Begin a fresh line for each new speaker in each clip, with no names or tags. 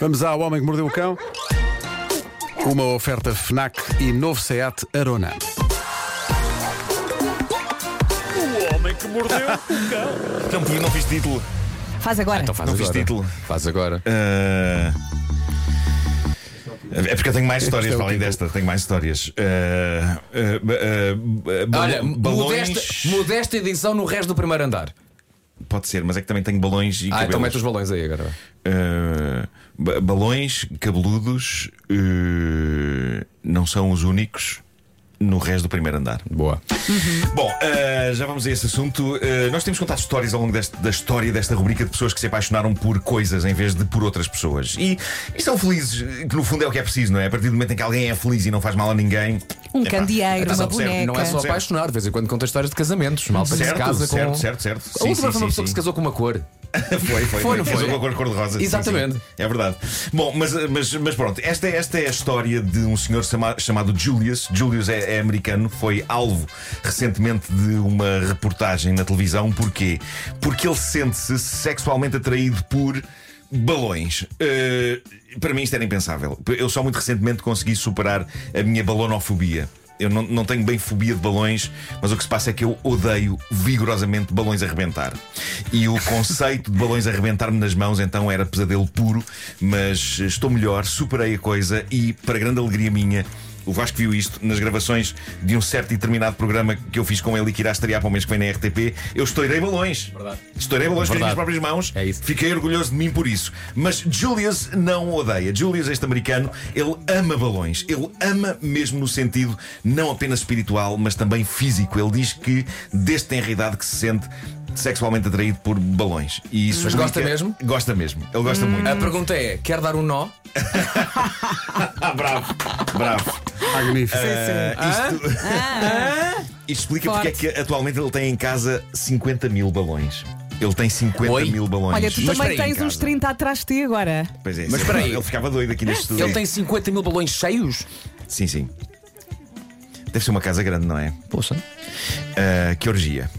Vamos ao Homem que Mordeu o Cão. Uma oferta FNAC e novo SEAT Arona.
O homem que mordeu o cão.
Não, porque não fiz título.
Ah, então Faz agora.
Não fiz título.
Faz agora.
Ah, É porque eu tenho mais histórias
Este é o
para além
título.
desta. Tenho mais histórias. Ah, ah, ba- ah, ba-
Olha,
balões.
modesta, modesta edição no resto do primeiro andar.
Pode ser, mas é que também tenho balões e
Ah, então
cabelos.
mete os balões aí agora.
Ah, ba- balões, cabeludos ah, não são os únicos no resto do primeiro andar.
Boa.
Bom, eh, já vamos a esse assunto. Eh, nós temos contado histórias ao longo deste- da história desta rubrica de pessoas que se apaixonaram por coisas em vez de por outras pessoas. E, e são felizes, eh, que no fundo é o que é preciso, não é? A partir do momento em que alguém é feliz e não faz mal a ninguém.
Um
epá,
candeeiro,
atenção,
uma
percebe?
boneca.
Não é só
Certo.
apaixonar, de vez em quando conta histórias de casamentos. Malta que se
Certo,
casa com. um.
certo, certo, certo.
A
Sim,
última
sim,
foi uma
sim,
pessoa que
sim.
se casou com uma cor.
Foi, foi,
Foi,
foi.
não
Casou
foi?
com a cor cor-de-rosa. Sim,
Exatamente.
sim. É verdade. Bom, mas, mas, mas pronto, esta, é- esta é a história de um senhor chama- chamado Julius. Julius é, é americano, foi alvo recentemente de uma reportagem na televisão. Porquê? Porque ele sente-se sexualmente atraído por. Balões. Eh, para mim isto era impensável. Eu só muito recentemente consegui superar a minha balonofobia. Eu não, não tenho bem fobia de balões, mas o que se passa é que eu odeio vigorosamente balões a arrebentar. E o conceito de balões a arrebentar-me nas mãos então era pesadelo puro, mas estou melhor, superei a coisa e, para grande alegria minha, o Vasco viu isto nas gravações de um certo e determinado programa que eu fiz com ele e que irá estrear para o mês que vem na RTP. Eu estourei balões.
Verdade.
Estourei balões com as minhas
Verdade.
próprias mãos.
É isso.
Fiquei orgulhoso de mim por isso. Mas Julius não o odeia. Julius, este americano, ele ama balões. Ele ama mesmo no sentido não apenas espiritual, mas também físico. Ele diz que desde tem realidade que se sente sexualmente atraído por balões. E isso
Mas gosta
implica-
mesmo?
Gosta mesmo. Ele gosta muito.
A pergunta é: quer dar um nó?
Ah, bravo. bravo.
Magnífico.
Isto explica
Forte.
porque é que atualmente ele tem em casa 50 mil balões. Ele tem 50
Oi?
mil balões.
Olha, tu
Mas espera
também
aí,
tens
em
uns
casa.
30 atrás de ti agora.
Pois é,
Mas
sim,
espera aí.
Ele ficava doido aqui neste estúdio.
Ele tem 50 mil balões cheios?
Sim, sim. Deve ser uma casa grande, não é?
Poxa.
Ah, que orgia.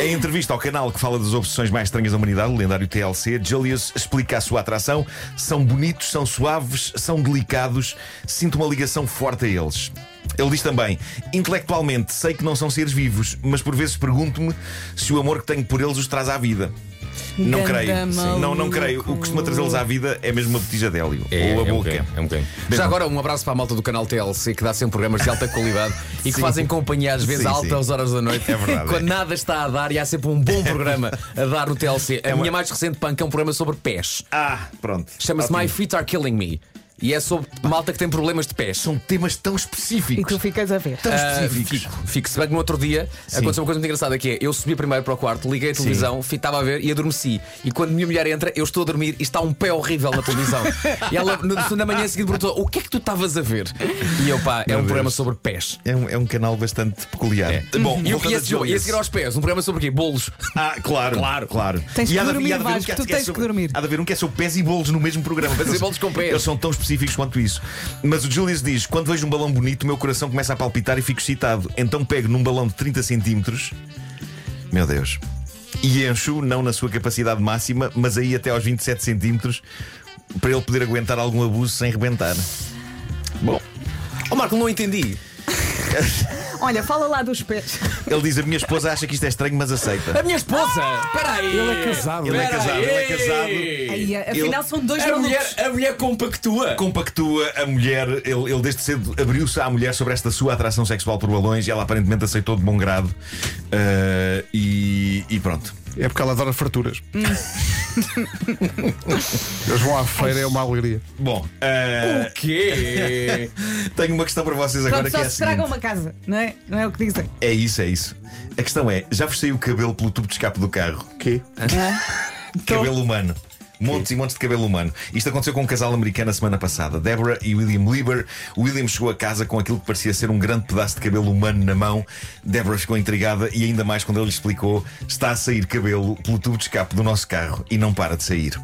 em entrevista ao canal que fala das obsessões mais estranhas da humanidade, o lendário TLC, Julius explica a sua atração. São bonitos, são suaves, são delicados. Sinto uma ligação forte a eles. Ele diz também: intelectualmente sei que não são seres vivos, mas por vezes pergunto-me se o amor que tenho por eles os traz à vida. Não
Ganda
creio.
maluco.
Não, não creio. O que costuma trazê-los à vida é mesmo uma botija de hélio ou a boca.
Já agora, um abraço para a malta do canal TLC que dá sempre programas de alta qualidade e que fazem companhia às vezes
Sim,
a
sim.
altas horas da noite.
É verdade,
Quando
é.
nada está a dar e há sempre um bom programa a dar no TLC. A minha mais recente panca é um programa sobre pés.
Ah, pronto.
Chama-se
Ótimo.
My Feet Are Killing Me. E é sobre malta que tem problemas de pés.
São temas tão
E
específicos.
tu ficas a ver.
Tão
Ah,
específicos.
fico, fico. Se bem que no outro dia aconteceu uma coisa muito engraçada que é eu subi primeiro para o quarto, liguei a televisão, fi- estava a ver e adormeci. E quando minha mulher entra, eu estou a dormir e está um pé horrível na televisão. e ela no, na manhã seguinte perguntou: o que é que tu estavas a ver? E eu, pá, é um
Deus.
programa sobre pés.
É um, é um canal bastante peculiar. É. Bom,
E é eu
voltando
e
a
a seguir- e a
Julius.
seguir aos pés, um programa sobre quê? Bolos.
Ah, claro, claro, claro.
Tens que
há de-
dormir,
e há de haver um
Vasco,
é-
tu
é
tens que
sobre-
dormir.
Há de haver um que é sobre pés e bolos no mesmo programa.
Fazer bolos com pés.
Eles são tão específicos quanto isso. Mas o Julius diz: quando vejo um balão bonito, o meu coração começa a palpitar e fico excitado. Então pego num balão de 30 centímetros. Meu Deus. E encho, não na sua capacidade máxima, mas aí até aos 27 centímetros, para ele poder aguentar algum abuso sem rebentar. Bom.
Oh Marco, não entendi.
Olha, fala lá dos pés.
Ele diz: A minha esposa acha que isto é estranho, mas aceita.
A minha esposa! Espera aí!
Ele é casado.
Ah! Ele é
Espera
casado, ele é
aí. É
casado.
Aí, afinal, são dois
A
malucos.
mulher, a mulher compactua.
Compactua a mulher, ele, ele desde cedo abriu-se à mulher sobre esta sua atração sexual por balões e ela aparentemente aceitou de bom grado. Ah, e, e pronto.
É porque ela adora farturas. Eles vão à feira, é uma alegria.
Bom, ah,
quê?
tenho uma questão para vocês agora
Pronto,
que
só
é
se
a
estraga
seguinte.
uma casa, não é? Não é o que dizem.
É isso, é isso. A questão é: já vos saiu o cabelo pelo tubo de escape do carro?
Quê?
Cabelo humano. Montes e montes de cabelo humano. Isto aconteceu com um casal americano a semana passada, Deborah e William Lieber. William chegou a casa com aquilo que parecia ser um grande pedaço de cabelo humano na mão. Deborah ficou intrigada e ainda mais quando ele lhe explicou: está a sair cabelo pelo tubo de escape do nosso carro e não para de sair.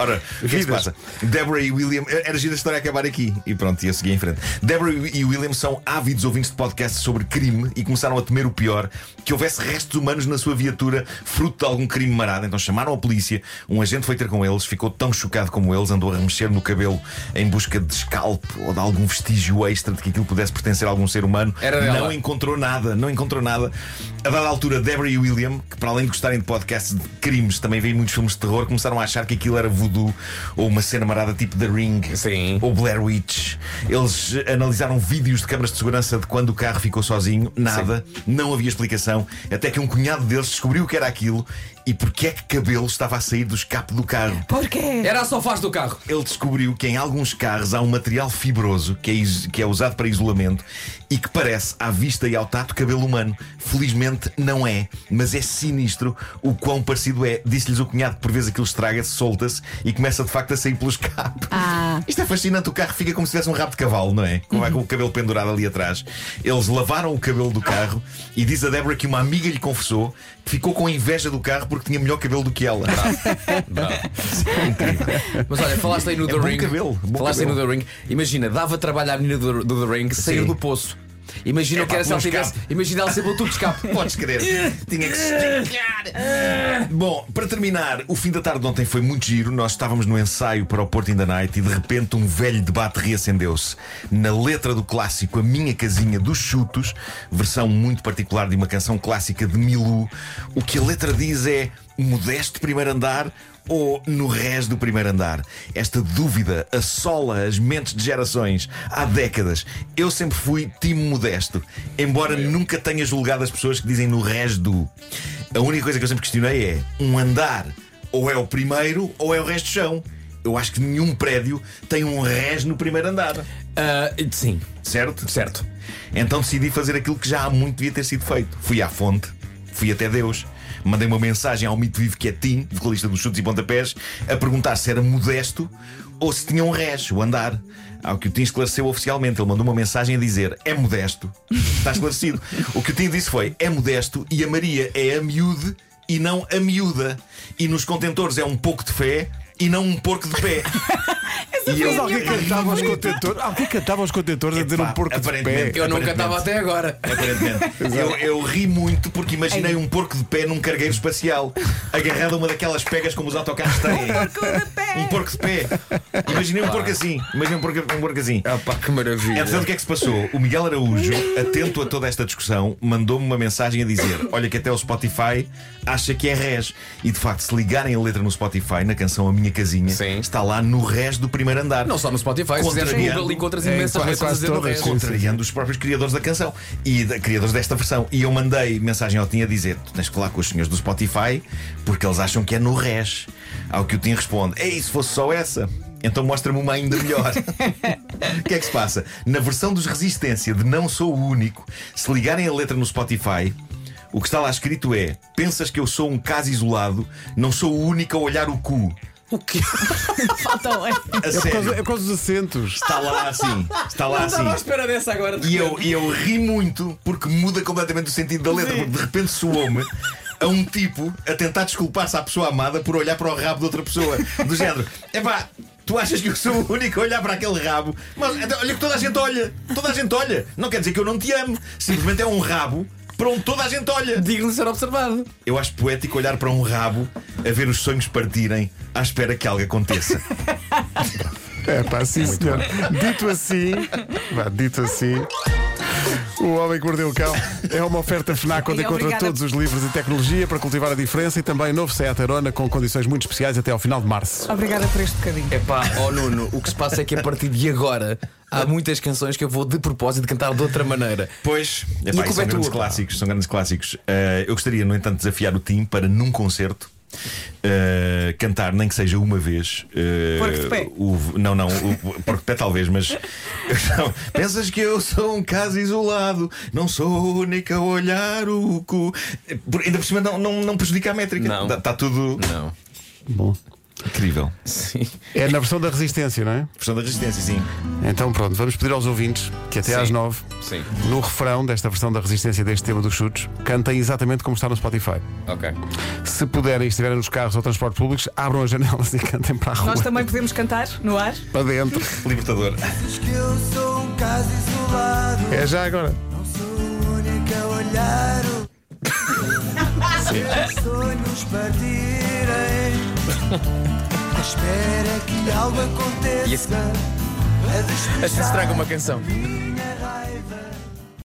Ora, o que é que se passa? Deborah e William. eh, Era gira a história acabar aqui. E pronto, ia seguir em frente. Deborah e William são ávidos ouvintes de podcasts sobre crime e começaram a temer o pior: que houvesse restos humanos na sua viatura, fruto de algum crime marado. Então chamaram a polícia, um agente foi ter com eles, ficou tão chocado como eles, andou a remexer no cabelo em busca de escalpo ou de algum vestígio extra de que aquilo pudesse pertencer a algum ser humano.
Era dela.
Não encontrou nada, não encontrou nada. A dada altura, Deborah e William, que para além de gostarem de podcasts de crimes, também veem muitos filmes de terror, começaram a achar que aquilo era voodoo ou uma cena marada tipo The Ring
Sim.
ou Blair Witch. Eles eh, analisaram vídeos de câmaras de segurança de quando o carro ficou sozinho, nada, não havia explicação, até que um cunhado deles descobriu o que era aquilo e porque é que cabelo estava a sair do escape do carro.
Porquê?
Era a sofás do carro.
Ele descobriu que em alguns carros há um material fibroso que é, is- que é usado para isolamento e que parece, à vista e ao tato, cabelo humano. Felizmente não é, mas é sinistro o quão parecido é. Disse-lhes o cunhado que por vezes aquilo estraga-se, solta-se e começa de facto a sair pelo escape.
Ah.
Isto é fascinante, o carro fica como se tivesse um rabo de cavalo, não é? Com, com o cabelo pendurado ali atrás. Eles lavaram o cabelo do carro e diz a Débora que uma amiga lhe confessou que ficou com inveja do carro porque tinha melhor cabelo do que ela.
Mas olha, falaste aí no
É
The
bom
Ring.
cabelo, bom
falaste aí no The Ring. Imagina, dava trabalho à menina do, do The Ring sair
Sim.
do poço. Imagina o que
Epá,
era se ela
por um
tivesse.
escape.
Imagina ela ser pelo tubo de escape.
Podes crer. Tinha que se explicar. Bom, para terminar, o fim da tarde de ontem foi muito giro. Nós estávamos no ensaio para o Porto in the Night e de repente um velho debate reacendeu-se. Na letra do clássico A Minha Casinha dos Chutos, versão muito particular de uma canção clássica de Milu, o que a letra diz é modesto primeiro andar. Ou no res do primeiro andar. Esta dúvida assola as mentes de gerações há décadas. Eu sempre fui time modesto, embora nunca tenha julgado as pessoas que dizem no res do. A única coisa que eu sempre questionei é: um andar ou é o primeiro ou é o resto do chão. Eu acho que nenhum prédio tem um res no primeiro andar,
Ah, sim,
certo?
certo.
Então decidi fazer aquilo que já há muito devia ter sido feito. Fui à fonte, fui até Deus. Mandei uma mensagem ao mito vivo que é Tim, vocalista dos chutes e pontapés, a perguntar se era modesto ou se tinha um res, o andar. Ao que o Tim esclareceu oficialmente. Ele mandou uma mensagem a dizer: é modesto. Está esclarecido. o que o Tim disse foi: é modesto e a Maria é a miúde e não a miúda. E nos contentores é um pouco de fé e não um porco de pé. e
Mas alguém
ri-me
cantava os contentores. Alguém cantava os contentores a dizer
Epá,
um porco de pé.
aparentemente.
Eu nunca estava até agora.
Aparentemente. eu, eu ri muito porque imaginei um porco de pé num cargueiro espacial, agarrado a uma daquelas pegas como os autocarros têm.
Porco de pé.
Um porco de pé. Imaginei um porco assim. Imaginei um porco, um porco assim.
Ah, pá, que maravilha.
Entretanto, o que é que se passou? O Miguel Araújo, atento a toda esta discussão, mandou-me uma mensagem a dizer: Olha, que até o Spotify acha que é res. E de facto, se ligarem a letra no Spotify, na canção A Minha Casinha,
Sim.
está lá no res do primeiro andar.
Não só no Spotify, se fizeres
Contrariando.
Google, encontras
É,
imensas
quase-
coisas a
quase
dizer no
todas.
resto.
Sim,
contrariando os próprios criadores da canção e da- criadores desta versão. E eu mandei mensagem ao Tim a dizer: Tu tens que falar com os senhores do Spotify porque eles acham que é no res. Ao que o Tim responde: Ei, se fosse só essa, então mostra-me uma ainda melhor. O que é que se passa? Na versão dos Resistência de Não Sou o Único, se ligarem a letra no Spotify. O que está lá escrito é: Pensas que eu sou um caso isolado, não sou o único a olhar o cu.
O quê?
Faltam. é.
A
É por, causa, é
sério,
por causa dos acentos.
está lá assim. Está lá
Não
assim.
estava à espera dessa agora. de
E eu, e eu ri muito porque muda completamente o sentido da letra, porque de repente soou-me a um tipo a tentar desculpar-se à pessoa amada por olhar para o rabo de outra pessoa, do género. Epá, tu achas que eu sou o único a olhar para aquele rabo? Mas então, olha que toda a gente olha, toda a gente olha. Não quer dizer que eu não te amo, simplesmente é um rabo para onde toda a gente olha.
Digno de ser observado.
Eu acho poético olhar para um rabo a ver os sonhos partirem à espera que algo aconteça.
É pá, sim senhor. Dito assim, vá, dito assim. O Homem que Mordeu o Cão é uma oferta FNAC onde
Ei,
encontra
obrigada.
todos os livros e tecnologia para cultivar a diferença e também novo Seat Arona com condições muito especiais até ao final de março.
Obrigada por este bocadinho.
É
Epá, ó Nuno, o que se passa é que a partir de agora há muitas canções que eu vou de propósito cantar de outra maneira.
Pois,
E
epá, isso
a culpa é
são grandes
tua.
clássicos, são grandes clássicos. Eh, eu gostaria, no entanto, de desafiar o Tim para num concerto. eh, cantar, nem que seja uma vez eh,
Porco de Pé.
o- não, não, o, o- Porco de Pé talvez, mas não. Pensas que eu sou um caso isolado Não sou a única a olhar o cu Por- Ainda por cima não, não, não prejudica a métrica
Não.
Está tudo
Não.
Bom.
Está Incrível.
Sim.
É na versão da resistência, não é?
Versão da resistência, sim.
Então pronto, vamos pedir aos ouvintes que até
Sim.
às nove,
Sim.
no refrão desta versão da resistência deste tema dos chutes, cantem exatamente como está no Spotify.
Ok.
Se puderem e estiverem nos carros ou transportes públicos, abram as janelas e cantem para a rua.
Nós também podemos cantar no ar.
Para dentro.
Libertador.
que eu sou um caso isolado.
É já agora.
Não sou o único a olhar. o- Meus sonhos partirem. À espera que algo aconteça. A
Assim se
despejar
estraga uma canção.
minha